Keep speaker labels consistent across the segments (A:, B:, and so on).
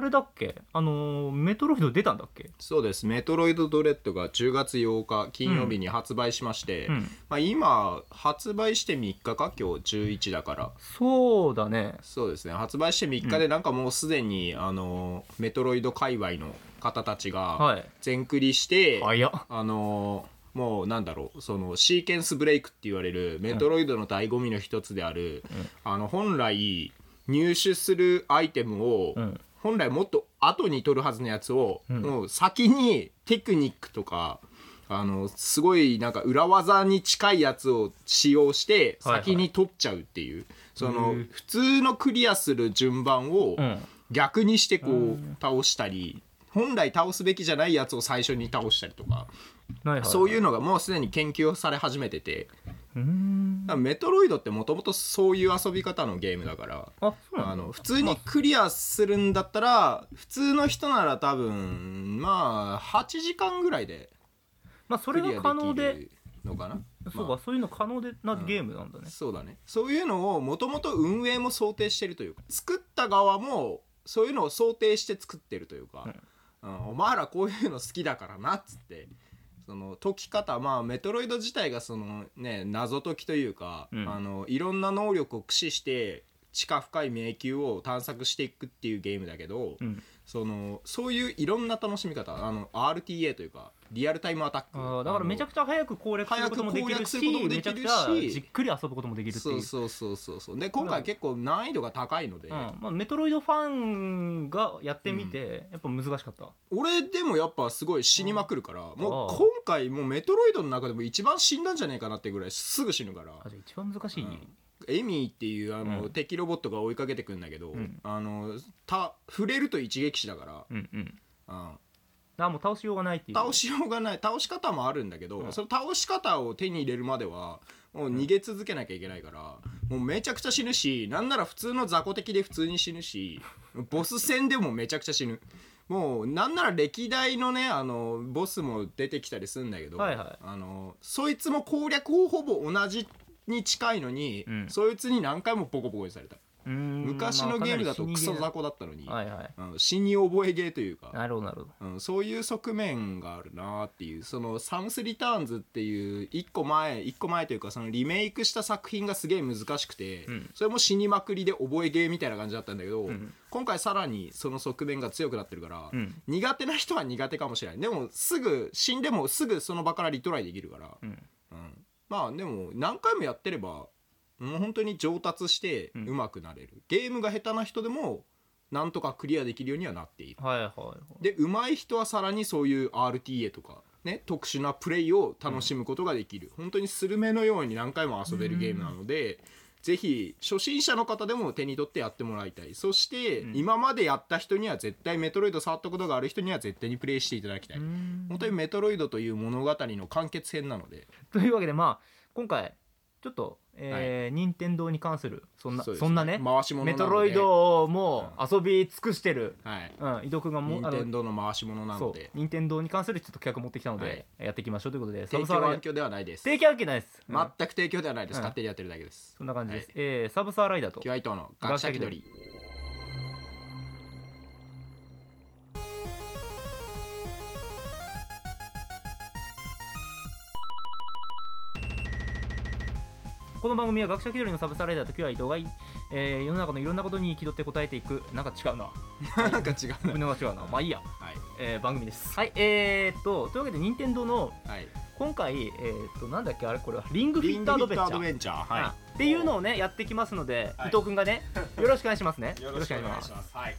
A: れだっけあのーメトロイド出たんだっけ
B: そうです。メトロイドドレッドが10月8日金曜日に発売しまして、
A: うん
B: まあ、今、発売して3日か、今日11だから。
A: そうだね
B: そうですね。発売して3日でなんかもうすでに、あの、メトロイド界隈の方たちが
A: はい
B: 全クリして、
A: 早っ
B: あのーもうなんだろうそのシーケンスブレイクって言われるメトロイドの醍醐味の一つである、あの本来入手するアイテムを、
A: うん
B: 本来もっと後に取るはずのやつを、
A: ん
B: もう先にテクニックとかあのすごいなんか裏技に近いやつを使用して
A: はいはい
B: 先に取っちゃうっていう、そ
A: へ
B: の
A: ー
B: 普通のクリアする順番を、
A: うん
B: 逆にしてこう倒したり本来倒すべきじゃないやつを最初に倒したりとか
A: ないは
B: そう
A: う
B: いうのがもうすでに研究され始めてて
A: うーん
B: だからメトロイドってもともとそういう遊び方のゲームだから
A: あそうな
B: あ
A: んだ
B: の普通にクリアするんだったら普通の人なら多分まあ8時間ぐらいで
A: まあそ
B: ク
A: れ
B: リ
A: が
B: ア
A: 可能
B: で
A: で
B: きるのかな
A: そう
B: まあ
A: かそういうの可能でな
B: うん
A: ゲームなんだね
B: そうだねそういうのをもともと運営も想定してるというか作った側もそういうのを想定して作ってるというか、うんお前らこういうの好きだからなっつってその解き方まあメトロイド自体がそのね謎解きというか、
A: うん
B: あのいろんな能力を駆使して地下深い迷宮を探索していくっていうゲームだけど、
A: うん
B: そのそういういろんな楽しみ方あの RTA というかリアルタイムアタッ
A: あ
B: ク
A: ーだからめちゃ
B: く
A: くちゃ早く攻略することもできる
B: 早く攻略すること
A: し
B: もで
A: めち
B: き
A: ゃ
B: る
A: く
B: し
A: ちゃじっくり遊ぶこともできるって
B: そ
A: いうう
B: そうそうそうそうで今回結構難易度が高いので、
A: うんまあ、メトロイドファンがやってみて、やっぱ難しかった
B: 俺でもやっぱすごい死にまくるから、も
A: あ
B: う
A: あ
B: 今回もうメトロイドの中でも一番死んだんじゃないかなってぐらいすぐ死ぬから
A: あじゃあ一番難しい、
B: うんエミーっていうあ
A: う
B: の、
A: ん
B: 敵ロボットが追いかけてくんだけど、
A: うん
B: あのた触れると一撃死だか
A: うんうん
B: ら、うん
A: あもう倒しようがないっていう
B: 倒しようがない倒し方もあるんだけど、
A: うん
B: その倒し方を手に入れるまではもう逃げ続けなきゃいけないから、もうめちゃくちゃ死ぬしなんなら普通の雑魚敵で普通に死ぬしボス戦でもめちゃくちゃ死ぬもうなんなら歴代のねあのボスも出てきたりするんだけど、
A: はいはい
B: あのそいつも攻略法ほぼ同じに近いのに、
A: うん
B: そいつに何回もボコボコにされた
A: うーん
B: 昔のゲームだとクソ雑
A: ザ
B: 魚だったのに、
A: はいはい
B: あの死に覚えゲーというか、
A: なるほどなるほど
B: うん、そういう側面があるなっていうその「サムス・リターンズ」っていう一個前一個前というかそのリメイクした作品がすげえ難しくて、
A: うん
B: それも死にまくりで覚えゲーみたいな感じだったんだけど、
A: うん
B: 今回さらにその側面が強くなってるから、
A: うん
B: 苦手な人は苦手かもしれないでもすぐ死んでもすぐその場からリトライできるから、
A: うん
B: うんまあでも何回もやってればもう本当に上達して
A: うん
B: 上手くなれる、ゲームが下手な人でもなんとかクリアできるようにはなっている。
A: はいはいはい
B: で上手い人はさらにそういう RTA とかね特殊なプレイを楽しむことができる、本当にスルメのように何回も遊べるゲームなので、ぜひ初心者の方でも手に取ってやってもらいたいそして、
A: うん
B: 今までやった人には絶対メトロイド触ったことがある人には絶対にプレイしていただきたい、
A: うーん
B: 本当にメトロイドという物語の完結編なので
A: というわけでまあ今回ちょっとえー任天堂に関するそんな
B: うです
A: そんなね
B: 回し物な
A: メ
B: ので
A: トロイドをもう遊び尽くしてる、
B: はい
A: うん、伊藤君がもう
B: 任天堂の回し物な
A: そ
B: の
A: う
B: で
A: 任天堂に関するちょっと企画持ってきたの
B: はい
A: で、やっていきましょうということでサ
B: 提
A: ブサー
B: 供は
A: ラ
B: 提供ではないです
A: 提供は受けないです、うん
B: 全く提供ではないです、
A: うん
B: 勝手にやってるだけです
A: そんな感じです、
B: はい
A: えーサブサーライダーと
B: キュアイトーの学者気取り
A: この番組は学者気取りのサブサーライダーとキュア伊藤が、えー世の中のいろんなことに気取って答えていくなんか違うな
B: なんか違うな
A: 胸が違うなまあいいや、
B: はい
A: えー番組ですはいえー、っとというわけで任天堂の
B: はい、
A: 今回えー、っとなんだっけあれこれはリングフ
B: リ
A: ィ
B: ン
A: ッ
B: グ
A: ト
B: フ
A: アドベ
B: ィッ
A: ン
B: トア
A: チャ
B: ド
A: ー
B: ベンチャー、はい、
A: っていうのをねやってきますので、
B: はい
A: 伊藤君が ねよろしくお願いしますね
B: よろしくお願
A: よろしく
B: いし
A: お願いしま
B: ます。はい。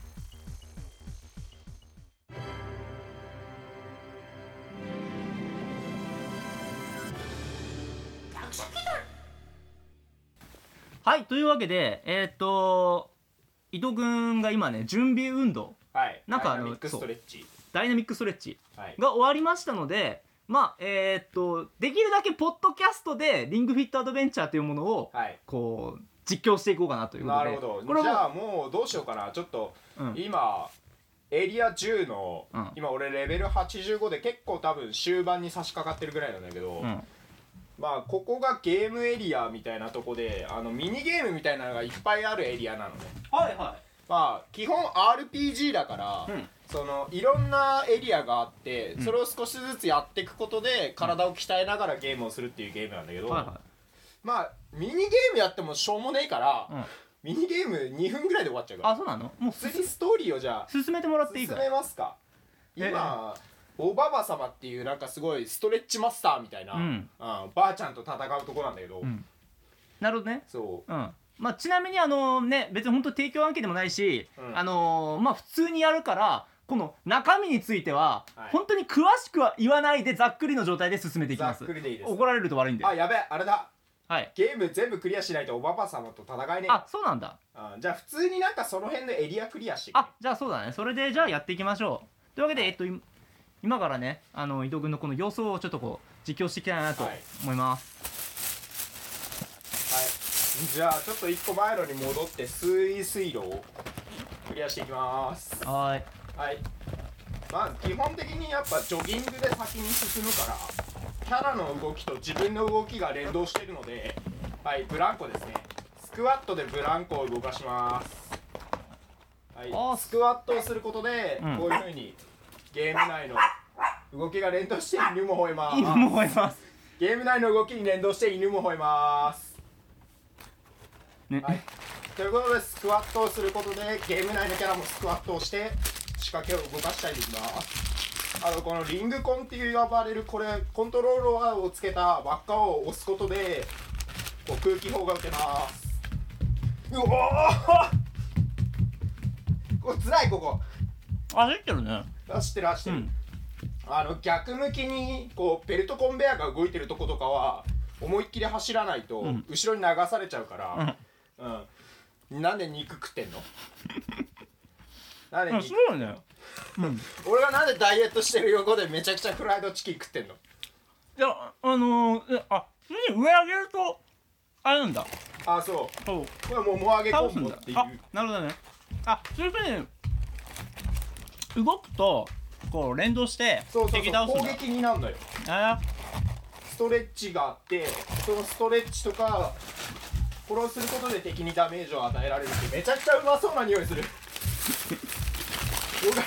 A: すはいというわけでえー、っと伊藤君が今ね準備運動
B: はい。
A: なんかあの
B: ダイナミックストレッチ。
A: ダイナミックストレッチ
B: はい。
A: が終わりましたのでまあえーっとできるだけポッドキャストでリングフィットアドベンチャーというものを
B: はい。
A: こう実況していこうかなということ
B: な
A: で
B: るほ
A: これも
B: ど。じゃあもうどうしようかな。ちょっと
A: うん
B: 今エリア10の、
A: うん
B: 今俺レベル85で結構多分終盤に差し掛かってるぐらいなんだけど、
A: うん
B: まあここがゲームエリアみたいなとこであのミニゲームみたいなのがいっぱいあるエリアなのね。
A: はいは
B: まあ基本 RPG だから、
C: うん
B: そのいろんなエリアがあってそれを少しずつやっていくことで体を鍛えながらゲームをするっていうゲームなんだけど、
A: はいは
B: まあミニゲームやってもしょうもねえから、
A: い、うん、
B: ミニゲーム2分ぐらいで終わっちゃうから
A: あそうなのもう
B: 普通にストーリーをじゃあ
A: 進めてもらっていい
B: 進
A: か
B: めますか
A: え
B: 今おばば様っていうなんかすごいストレッチマスターみたいな、
A: うん
B: あばあちゃんと戦うとこなんだけど、
A: うんなるほどね
B: そう
A: うんまあ、ちなみにあのね別に本当提供案件でもないし、
B: うん
A: あのーまあ普通にやるからこの中身については
B: はい
A: 本当に詳しくは言わないでざっくりの状態で進めていき
B: ざ
A: ま
B: っ
A: す
B: くりでいいです
A: 怒られると悪いんで
B: あやべえあれだ
A: はい
B: ゲーム全部クリアしないとおばば様と戦えねえ
A: あそうなんだ
B: あじゃあ普通になんかその辺のエリアクリアしていく
A: あじゃあそうだねそれでじゃあやっていきましょうというわけでえっとい今からねあの伊藤君のこの様子をちょっとこう実況していきたいなと
B: はい
A: 思います、
B: はいじゃあちょっと一個前のに戻って水水路をクリアしていきます
A: はーい
B: はいまあ基本的にやっぱジョギングで先に進むからキャラの動きと自分の動きが連動してるのではいブランコですねスクワットでブランコを動かしますはい
A: あー
B: スクワットをすることで、
A: うん
B: こういうふうにゲーム内の動きが連動して犬も吠えます
A: 今も 思います
B: ゲーム内の動きに連動して犬も吠えます。
A: ね、
B: はい。ということで、スクワットをすることで、ゲーム内のキャラもスクワットをして、仕掛けを動かしたりできます。あと、このリングコンっていう呼ばれる、これ、コントローラーをつけた輪っかを押すことで、こう空気砲が打てます。うおー これ辛い、ここ。
A: 走ってるね
B: 走ってる、走って
A: う
B: る。
A: ん
B: あの逆向きにこうベルトコンベヤーが動いてるとことかは思いっきり走らないと
A: ん
B: 後ろに流されちゃうから、うんなんで肉食 ってんのなんで
A: うん
B: 肉
A: すごいねうん
B: 俺がなんでダイエットしてる横でめちゃくちゃフライドチキン食ってんの
A: いや、あのー、えあ、上に上上げると、あれなんだ。
B: あそう
A: そう、
B: これもも上げコ
A: 倒
B: ン
A: すん
B: ボ
A: だ
B: ってい。う
A: あ、なるほどね。あ、そういうふうに、動くと、こう連動して、
B: そうそう
A: 敵
B: そう
A: 倒すんだ。
B: 攻撃になるのよ
A: あ
B: ストレッチがあってそのストレッチとかこれをすることで敵にダメージを与えられるってめちゃくちゃうまそうな匂いする俺が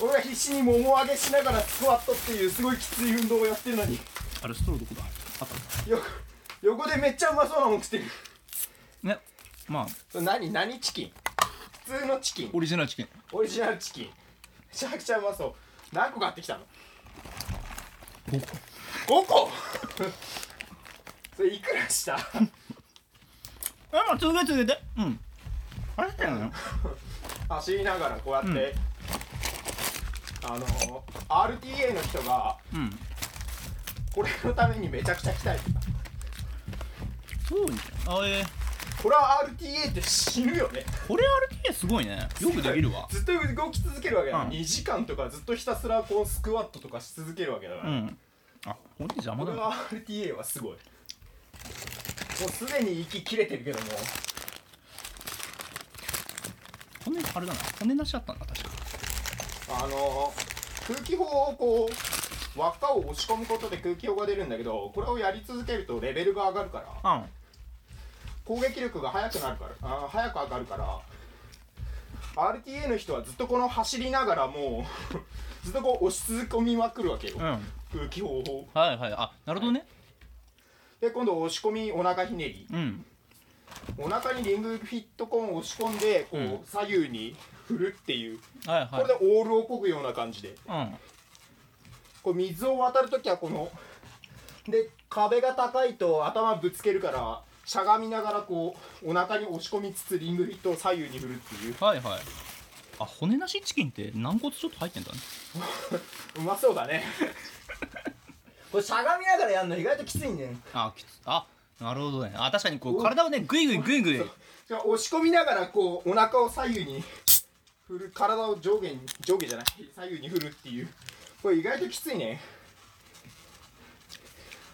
B: 俺が必死にもも上げしながらスクワットっていうすごいきつい運動をやってるのに
A: あれ、ストローどこだあっ
B: 横横でめっちゃうまそうなもん食ってる
A: た。ね。まあ、
B: それ何何チキン普通のチキン
C: オリジナルチキン
B: オリジナルチキンめちゃくちゃうまそう何個買ってきたの5個 それいくらした
A: え、まあ、続けて続けて。うん。あれだよね。
B: 走りながらこうやって、
A: うん
B: あの RTA の人が
A: うん。
B: これのためにめちゃくちゃ鍛えてた
A: そうね。あえ
B: これは RTA って死ぬよね
A: ー、これ RTA すごいね。よくできるわ。
B: ずっと動き続けるわけだ、
A: うん
B: 2時間とかずっとひたすらこうスクワットとかし続けるわけだか
A: う
B: ら、
A: ん。あ、これ邪魔
B: こ
A: だ
B: れ
A: な。
B: は RTA はすごいもうすでに息切れてるけども
A: 骨、あれだな。骨なしだったんだ、確か。
B: あの空気砲をこう輪っかを押し込むことで空気砲が出るんだけどこれをやり続けるとレベルが上がるから
A: うん。
B: 攻撃力が速くなるからあー速く上がるから RTA の人はずっとこの走りながらも うずっとこう押し込みまくるわけよ、
A: うん。
B: 空気砲を
A: はいはい。あ、なるほどね。
B: で今度押し込みお腹ひねり
A: うん。
B: お腹にリングフィットコーンを押し込んでこう、
A: うん
B: 左右に振るっていう
A: はい
B: こ
A: は
B: れ
A: い
B: で。オールをこぐような感じで
A: うん。
B: こう水を渡るときはこので壁が高いと頭ぶつけるからしゃがみながらこうお腹に押し込みつつリングフィットを左右に振るっていう
A: はいはいあ骨なしチキンって軟骨ちょっと入ってんだね
B: うまそうだね これしゃがみながらやるの意外ときついね
A: あきつあなるほどねあ確かにこ
B: お
A: う体をねグイグイグイグイ
B: じゃあ押し込みながらこうお腹を左右に振る体を上下に上下じゃない左右に振るっていうこれ意外ときついね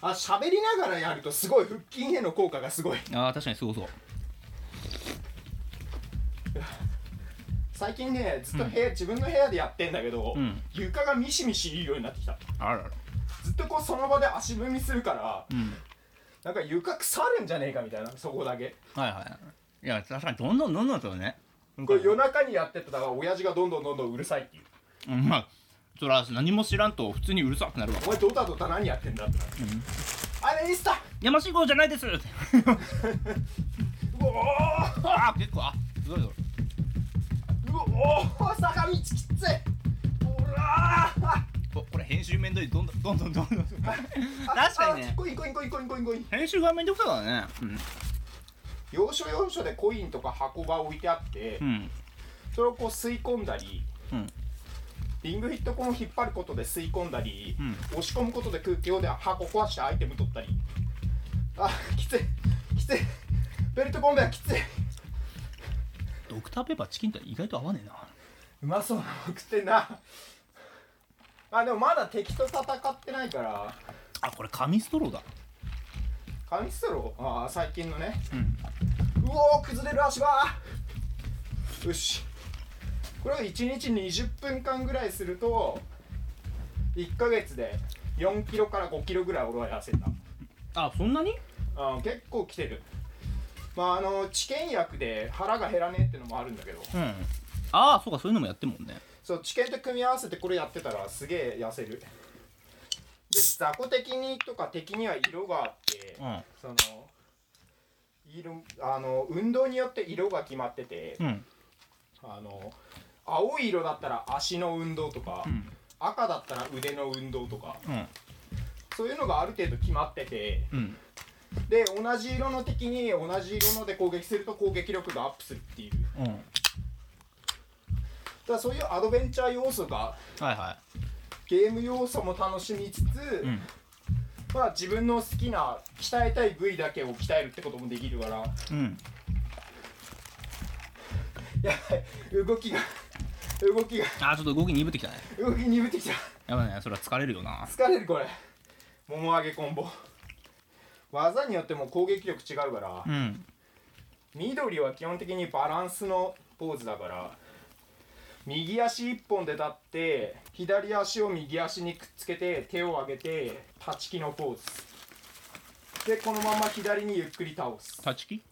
B: あ喋りながらやるとすごい腹筋への効果がすごい
A: あ確かにすごそう
B: 最近ねずっと部屋、自分の部屋でやってんだけど、
A: うん
B: 床がミシミシ言うようになってきた
A: あらら
B: ずっとこうその場で足踏みするから
A: うん
B: なんか床腐るんじゃねえかみたいなそこだけ
A: はいはいいや確かにどんどんどんどんとね
D: 今
B: こ
D: 回
B: れ夜中にやってたら親父がどんどんどんどんうるさいっていう
A: うんまあそら何も知らんと普通にうるさくなるわ
B: お前ドタドタ何やってんだってなる、
A: ん
B: あれインスタ
A: 山信号じゃないですって
B: うおー
A: ああ結構あすごいぞ
B: うおー坂道きっついほらー
A: おこれ編集面倒いどんどんどんどんどんどん
B: あ
A: 確かにね
B: あコインコインコインコインコインコイン
A: 編集がめんどくさいからね
B: 要所要所でコインとか箱が置いてあって、
A: うん、うん、
B: それをこう吸い込んだり、
A: うん
B: リングヒットコンを引っ張ることで吸い込んだり、
A: うん
B: 押し込むことで空気をで箱壊してアイテム取ったりあきついきついベルトコンベアきつい
A: ドクターペーパーチキンと意外と合わねえな
B: うまそうなの食ってんな あでもまだ敵と戦ってないから
A: あこれ紙ストローだ
B: 紙ストローああ最近のね
A: うん
B: うおー崩れる足場よしこれを1日20分間ぐらいすると1ヶ月で4キロから5キロぐらい俺は痩せた
A: あそんなに
B: あー結構きてるまああの治験薬で腹が減らねえってのもあるんだけど
A: うんああそうかそういうのもやってんもんね
B: そう治験と組み合わせてこれやってたらすげえ痩せるで雑魚的にとか敵には色があって
A: うん
B: その色あの運動によって色が決まってて、
A: うん
B: あの青い色だったら足の運動とか、
A: うん
B: 赤だったら腕の運動とか
A: うん
B: そういうのがある程度決まってて
A: うん
B: で同じ色の敵に同じ色ので攻撃すると攻撃力がアップするっていうだ
A: うん
B: からそういうアドベンチャー要素が
A: はいは
B: ゲーム要素も楽しみつつ、
A: いうん
B: まあ自分の好きな鍛えたい部位だけを鍛えるってこともできるから
A: うん
B: やばい動きが動きが
A: あーちょっと動き鈍ってきたね
B: 動き鈍ってきた
A: やばいねそれは疲れるよな
B: 疲れるこれもも上げコンボ技によっても攻撃力違うから
A: うん
B: 緑は基本的にバランスのポーズだから右足一本で立って左足を右足にくっつけて手を上げて立ち木のポーズでこのまま左にゆっくり倒す
A: 立ち木
B: 立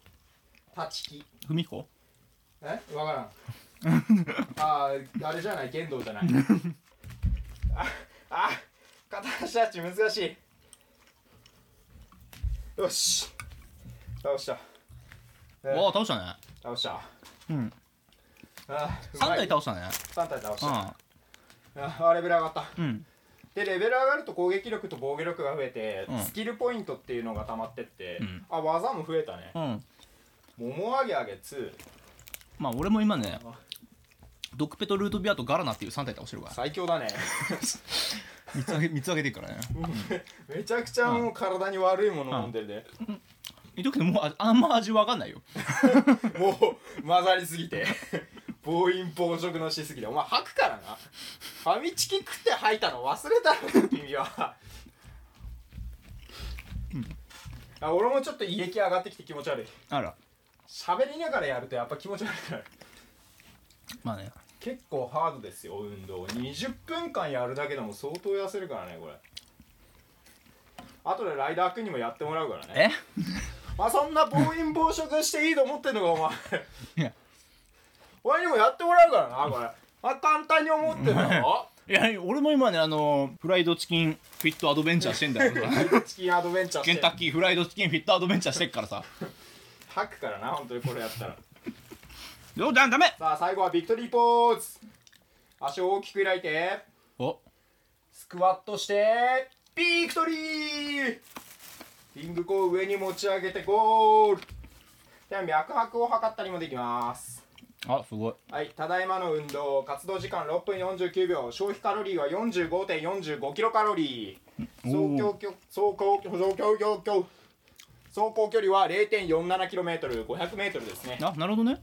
B: ち木
A: 文彦
B: えわからん あーあれじゃない剣道じゃない ああ片足立ち難しいよし倒した
A: おお倒したね
B: 倒した
A: うん
B: あーう
A: 3
B: まい
A: 体倒したね
B: 3体倒した、あ
A: う
B: ーレベル上がった
A: んうん
B: でレベル上がると攻撃力と防御力が増えて、
A: うん
B: スキルポイントっていうのが溜まってって、
A: うん
B: あ技も増えたね
A: うん
B: 桃上げ上げ2
A: まあ俺も今ねドクペとルートビアとガラナっていう3体倒してるから
B: 最強だね
A: 3つあげ三つあげてるからね
B: めちゃくちゃもう体に悪いもの飲んでるで、
A: 言っとくけどもうああんま味わかんないよ
B: もう混ざりすぎて暴飲暴食のしすぎてお前吐くからなファミチキ食って吐いたの忘れたの君は、あ俺もちょっと胃液上がってきて気持ち悪い
A: あら
B: 喋りながらやるとやっぱ気持ち悪くなる
A: まあね
B: 結構ハードですよ運動20分間やるだけでも相当痩せるからねこれあとでライダー君にもやってもらうから
A: え
B: ねまあそんな暴飲暴食していいと思ってんのかお前
A: いや
B: お前にもやってもらうからなこれあ簡単に思ってるだろ
A: いや俺も今ねあのフライドチキンフィットアドベンチャーしてんだよ
B: チキンアドベンチャーし
A: ケ
B: て
A: ンタッキーフライドチキンフィットアドベンチャーしてっからさ
B: 吐くからな本当にこれやったら
A: 冗談ダメ
B: さあ最後はビクトリーポーズ足を大きく開いて
A: お
B: スクワットしてビクトリーリングこう上に持ち上げてゴールでは脈拍を測ったりもできます
A: あすごい
B: はいただいまの運動活動時間6分49秒消費カロリーは45.45キロカロリー走行距走行走行距走行距離は 0.47km500m ですね
A: あなるほどね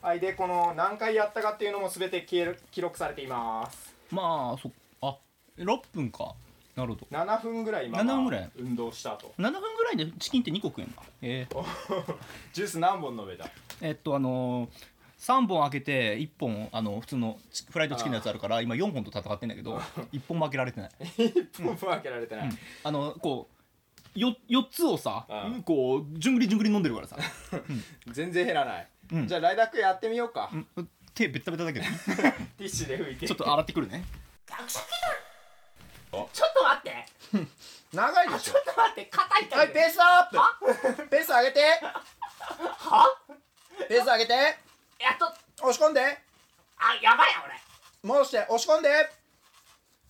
B: はいでこの何回やったかっていうのも全て記える記録されています
A: まあそあ6分かなるほど
B: 7分ぐらい今
A: 7分ぐらい
B: 運動したと
A: 7分ぐらいでチキンって2個食えんだえー
B: ジュース何本飲めた
A: えっとあのー3本開けて1本あの普通のチフライドチキンのやつあるから今4本と戦ってんだけ ど1本も開けられてない
B: 一 本も開けられてない、
A: あのこうよ4つをさ
B: うん
A: こうじゅんぐりじゅんぐり飲んでるからさ
B: 全然減らない
C: うん
B: じゃあライダークエやってみようか、
C: うん手ベタベタだけど
B: ティッシュで拭いて
C: ちょっと洗ってくるね
E: ちょっと待って
B: 長いでしょ
E: ちょっと待って硬いから
B: はいペースアップペース上げて
E: は
B: ペース上げて
E: やっと
B: 押し込んで
E: あやばいな俺
B: 戻して押し込んで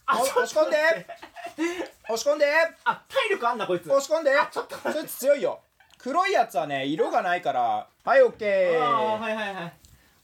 E: あ
B: お
E: ちょ
B: 押
E: っ
B: し
E: と
B: 込んで押し込んで
E: あ体力あんなこいつ
B: 押し込んで
E: あちょっと
B: そいつ強いよ黒いやつはね色がないからはいオッケー
A: あーはいはいはい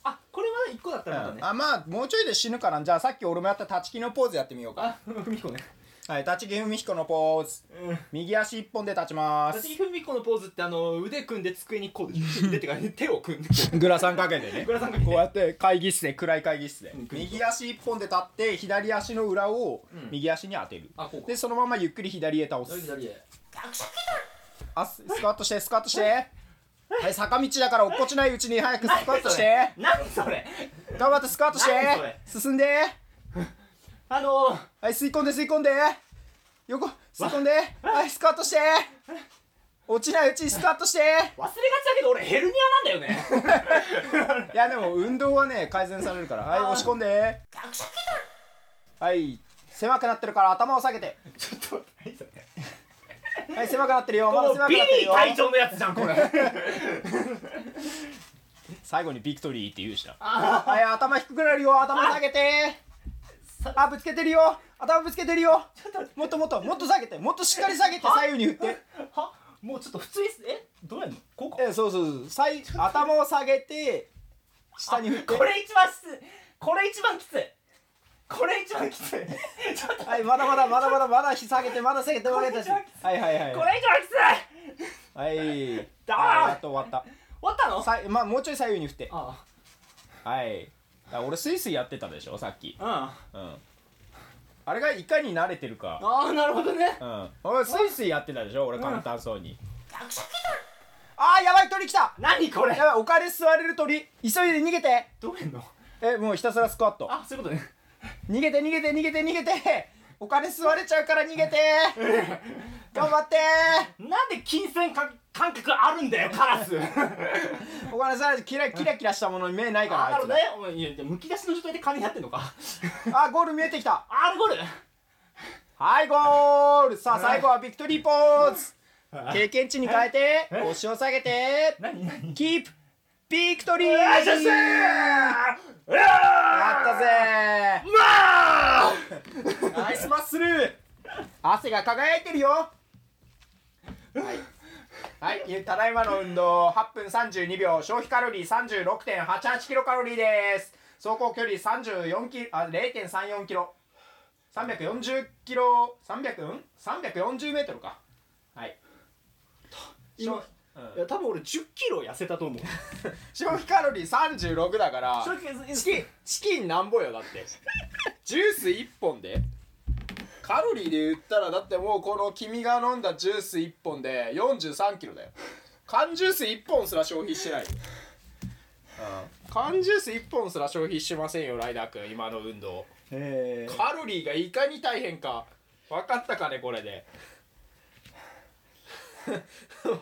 A: あこれは一個だったらまだね
B: あまあもうちょいで死ぬからじゃあさっき俺もやった立ち木のポーズやってみようか
A: あふみこね
B: はい立ち木文彦のポーズ
A: うん
B: 右足一本で立ちます
A: 私ふみこのポーズってあの腕組んで机にこ う腕ってか手を組んで
B: グラサンかけてね
A: グラサンかけて
B: こうやって会議室で暗い会議室で
A: うん
B: 右足一本で立って左足の裏を
A: ん
B: 右足に当てる、
A: あこうか
B: でそのままゆっくり左へ倒す
A: 左左へ
B: あススクワッ トしてスクワットしてはい坂道だから落っこちないうちに早くスクワットして
A: 何それ
B: 頑張ってスクワットして
A: 何それ
B: 進んで
A: あのー、
B: はい吸い込んで吸い込んで横吸い込んではいスクワットして落ちないうちにスクワットして
A: 忘れがちだけど俺ヘルニアなんだよね
B: いやでも運動はね改善されるからはい押し込んではい狭くなってるから頭を下げて
A: ちょっと待って
B: はい狭くなってるよまだ
A: この
B: 狭く
A: ビ
B: なってる
A: リー
B: よ
A: 隊長のやつじゃん これ
B: 最後にビクトリーって言うしなはい頭低くなるよ頭下げてあぶつけてるよ頭ぶつけてるよもっともっともっと下げてもっとしっかり下げて左右に振って
A: はもうちょっと普通にすえどうやんのこうか
B: えそうそうそう左頭を下げて下に振って
E: これ一番きついこれ一番きついこれ一番きついちょっと
B: はいまだまだまだまだまだ下げてまだ下げてまだ下げてはいはいはい
E: これ以上はきつい
B: はい
E: だー
B: はいやっと終わっ
E: 終わった
B: た
E: の
B: さいまあもうちょい左右に振って
A: あ
B: はいあ俺スイスイやってたでしょさっき
A: あ
B: うんあれがいかに慣れてるか
A: ああなるほどね
B: うん俺スイスイやってたでしょ俺簡単そうにあーやばい鳥来た
A: 何これ
B: やばいお金吸われる鳥急いで逃げて
A: どうやんの
B: えもうひたすらスクワット
A: あそういうことね
B: 逃げて逃げて逃げて逃げてお金吸われちゃうから逃げて頑張って
A: なんで金銭か感覚あるんだよカラス
B: お金吸われてキラキラキラしたものに目ないから
A: あ
B: あ
A: ないるほ
B: つ
A: どねお前いやいやむき出しの状態で金になってんのか
B: あゴール見えてきた
A: アルゴール
B: はいゴールさあ最後はビクトリーポーズ経験値に変えて腰を下げて
A: 何何
B: キープビクトリー
A: あ
B: やっ
A: じゃせーうわ
B: たぜ
A: ーまあ
B: ナイスマッスル汗が輝いてるよはい、はい、ただいまの運動8分32秒消費カロリー36.88キロカロリーです走行距離34キロあ0.34キロ340キロ300ん340メートルかはい消
A: 今いや多分俺1 0キロ痩せたと思う
B: 消費カロリー36だから
A: 正直
B: チキンチキンなんぼよだってジュース1本でカロリーで言ったらだってもうこの君が飲んだジュース1本で4 3キロだよ缶ジュース1本すら消費してないよ缶ジュース1本すら消費してませんよライダー君今の運動
A: え
B: カロリーがいかに大変か分かったかねこれで おい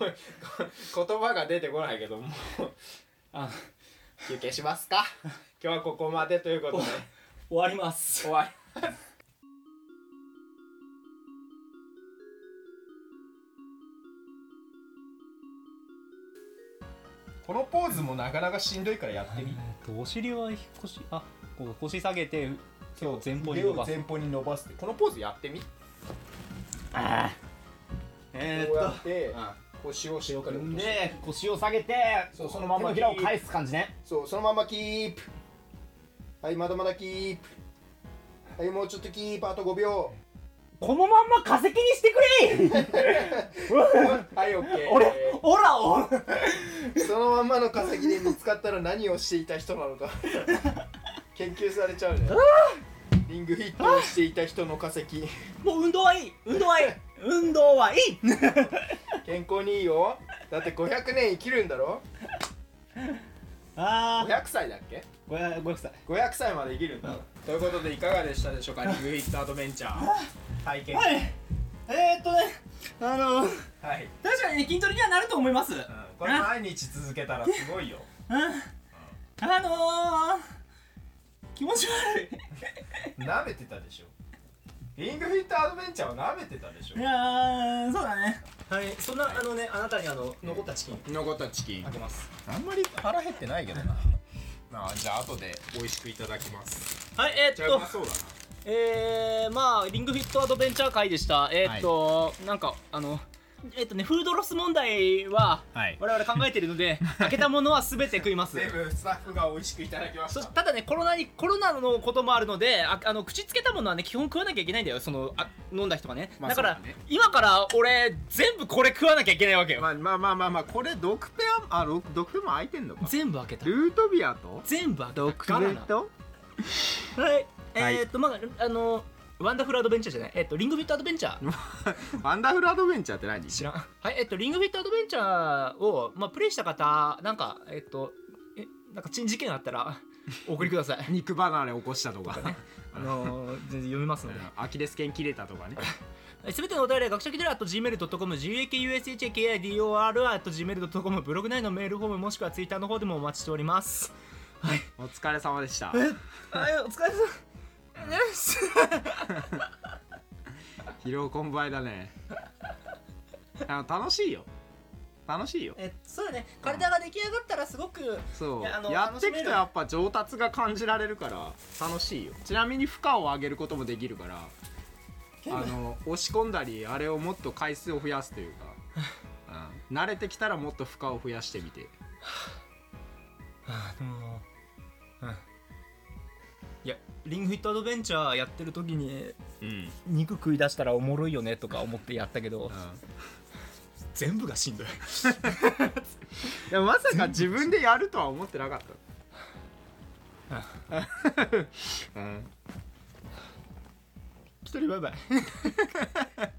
B: こ 言葉が出てこないけどもう
A: あ
B: 休憩します か今日はここまでということで
A: 終わります
B: 終わりこのポーズもなかなかしんどいからやってみ
A: えっとお尻は腰あこう腰下げて手を前方に
B: 腕
A: 伸
B: を
A: ばす
B: 前方に伸ばすってこのポーズやってみこ
A: あーえ
B: う
A: ー
B: や
A: っ
B: って腰をしっかり落として
A: 腰を下げて
B: そうそのまま
A: 手のひらを返す感じね
B: そうそのままキープはいまだまだキープはいもうちょっとキープあと5秒
A: このまんま化石にしてくれ
B: はいオッケー
A: 俺オラを
B: そのまんまの化石に見つかったら何をしていた人な のか研究されちゃうねリングフィットをしていた人の化石
A: もう運動はいい運動はいい運動はいい
B: 健康にいいよだって500年生きるんだろ
A: あ
B: 500歳だっけ
A: ーごめんごめんなさい
B: 500歳まで生きるんだろということでいかがでしたでしょ うかリングフィットアドベンチャー体験
A: はいえー、っとねあの
B: はい、
A: 確かにね筋トレにはなると思います
B: うんこれ毎日続けたらすごいよ
A: あのー、気持ち悪い
F: 舐めてたでしょリングフィットアドベンチャーは舐めてたでしょ
A: いやーそうだね
F: はいそんなあのねあなたにあの残ったチキン
B: 残ったチキン
F: あげます
B: あんまり腹減ってないけどなまあじゃあ後で美味しくいただきます
A: はいえ
B: じゃあうまそうだな
A: えー、まあリングフィットアドベンチャー会でしたえーっと、なんかあのえーっとねフードロス問題は
B: はい
A: 我々考えている ので開けたものは全て食います
F: 全部スタッフが美味しくいただきました
A: そしただねコロナにコロナのこともあるのでああの口つけたものはね基本食わなきゃいけないんだよそのあ飲んだ人がね、
B: まあ
A: だから
B: そうだね
A: 今から俺全部これ食わなきゃいけないわけよ、
B: まあまあまあまあ、まあ、これ毒ペアあろ毒ペアも空いてんのか
A: 全部開けた
B: ルートビアと
A: 全部開けた
B: 毒
A: ガラ
B: ペ
A: ナ
B: と
A: はい、
B: はい
A: えーっとまああのワンダフルアドベンチャーじゃないえーっとリングフィットアドベンチャー
B: ワンダフルアドベンチャーって何
A: 知らん。はい、えっと、リングフィットアドベンチャーを、まあ、プレイした方、なんか、えっと、え、なんか、珍事件あったら、お送りください。
B: 肉離れ起こしたとかね
A: あのー、全然読みますので。
B: アキレス腱切れたと かね
A: すべてのお便りは、学者キドラ .gmail.com、gakUSHKIDOR.gmail.com、ブログ内のメールフォームもしくはツイッターの方でもお待ちしております。
B: お疲れ様でした
A: はい、お疲れ様です。
B: 疲労困憊だねあの楽しいよ楽しいよ
A: え、そうだね、体が出来上がったらすごく、
B: そう
A: い
B: や
A: やあの
B: っていくとやっぱ上達が感じられるから楽しいよちなみに負荷を上げることもできるからあの押し込んだりあれをもっと回数を増やす というか、うん、慣れてきたらもっと負荷を増やしてみて
A: あのうんいやリングフィットアドベンチャーやってる時に
B: うん、
A: 肉食い出したらおもろいよねとか思ってやったけど
B: うん
A: 全部がしん どい
B: でもまさか自分でやるとは思ってなかった。うん、
A: 一人バイバイ